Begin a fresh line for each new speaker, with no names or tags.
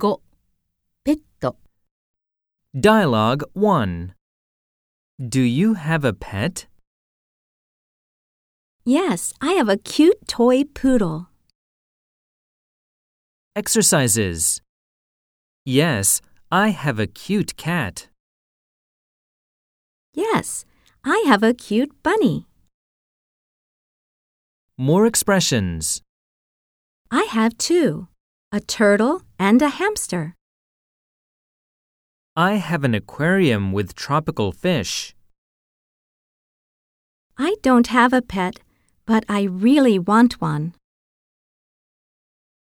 5. ペット、
Dialogue 1 Do you have a pet?
Yes, I have a cute toy poodle.
Exercises. Yes, I have a cute cat.
Yes, I have a cute bunny.
More expressions.
I have two a turtle and a hamster.
I have an aquarium with tropical fish.
I don't have a pet, but I really want one.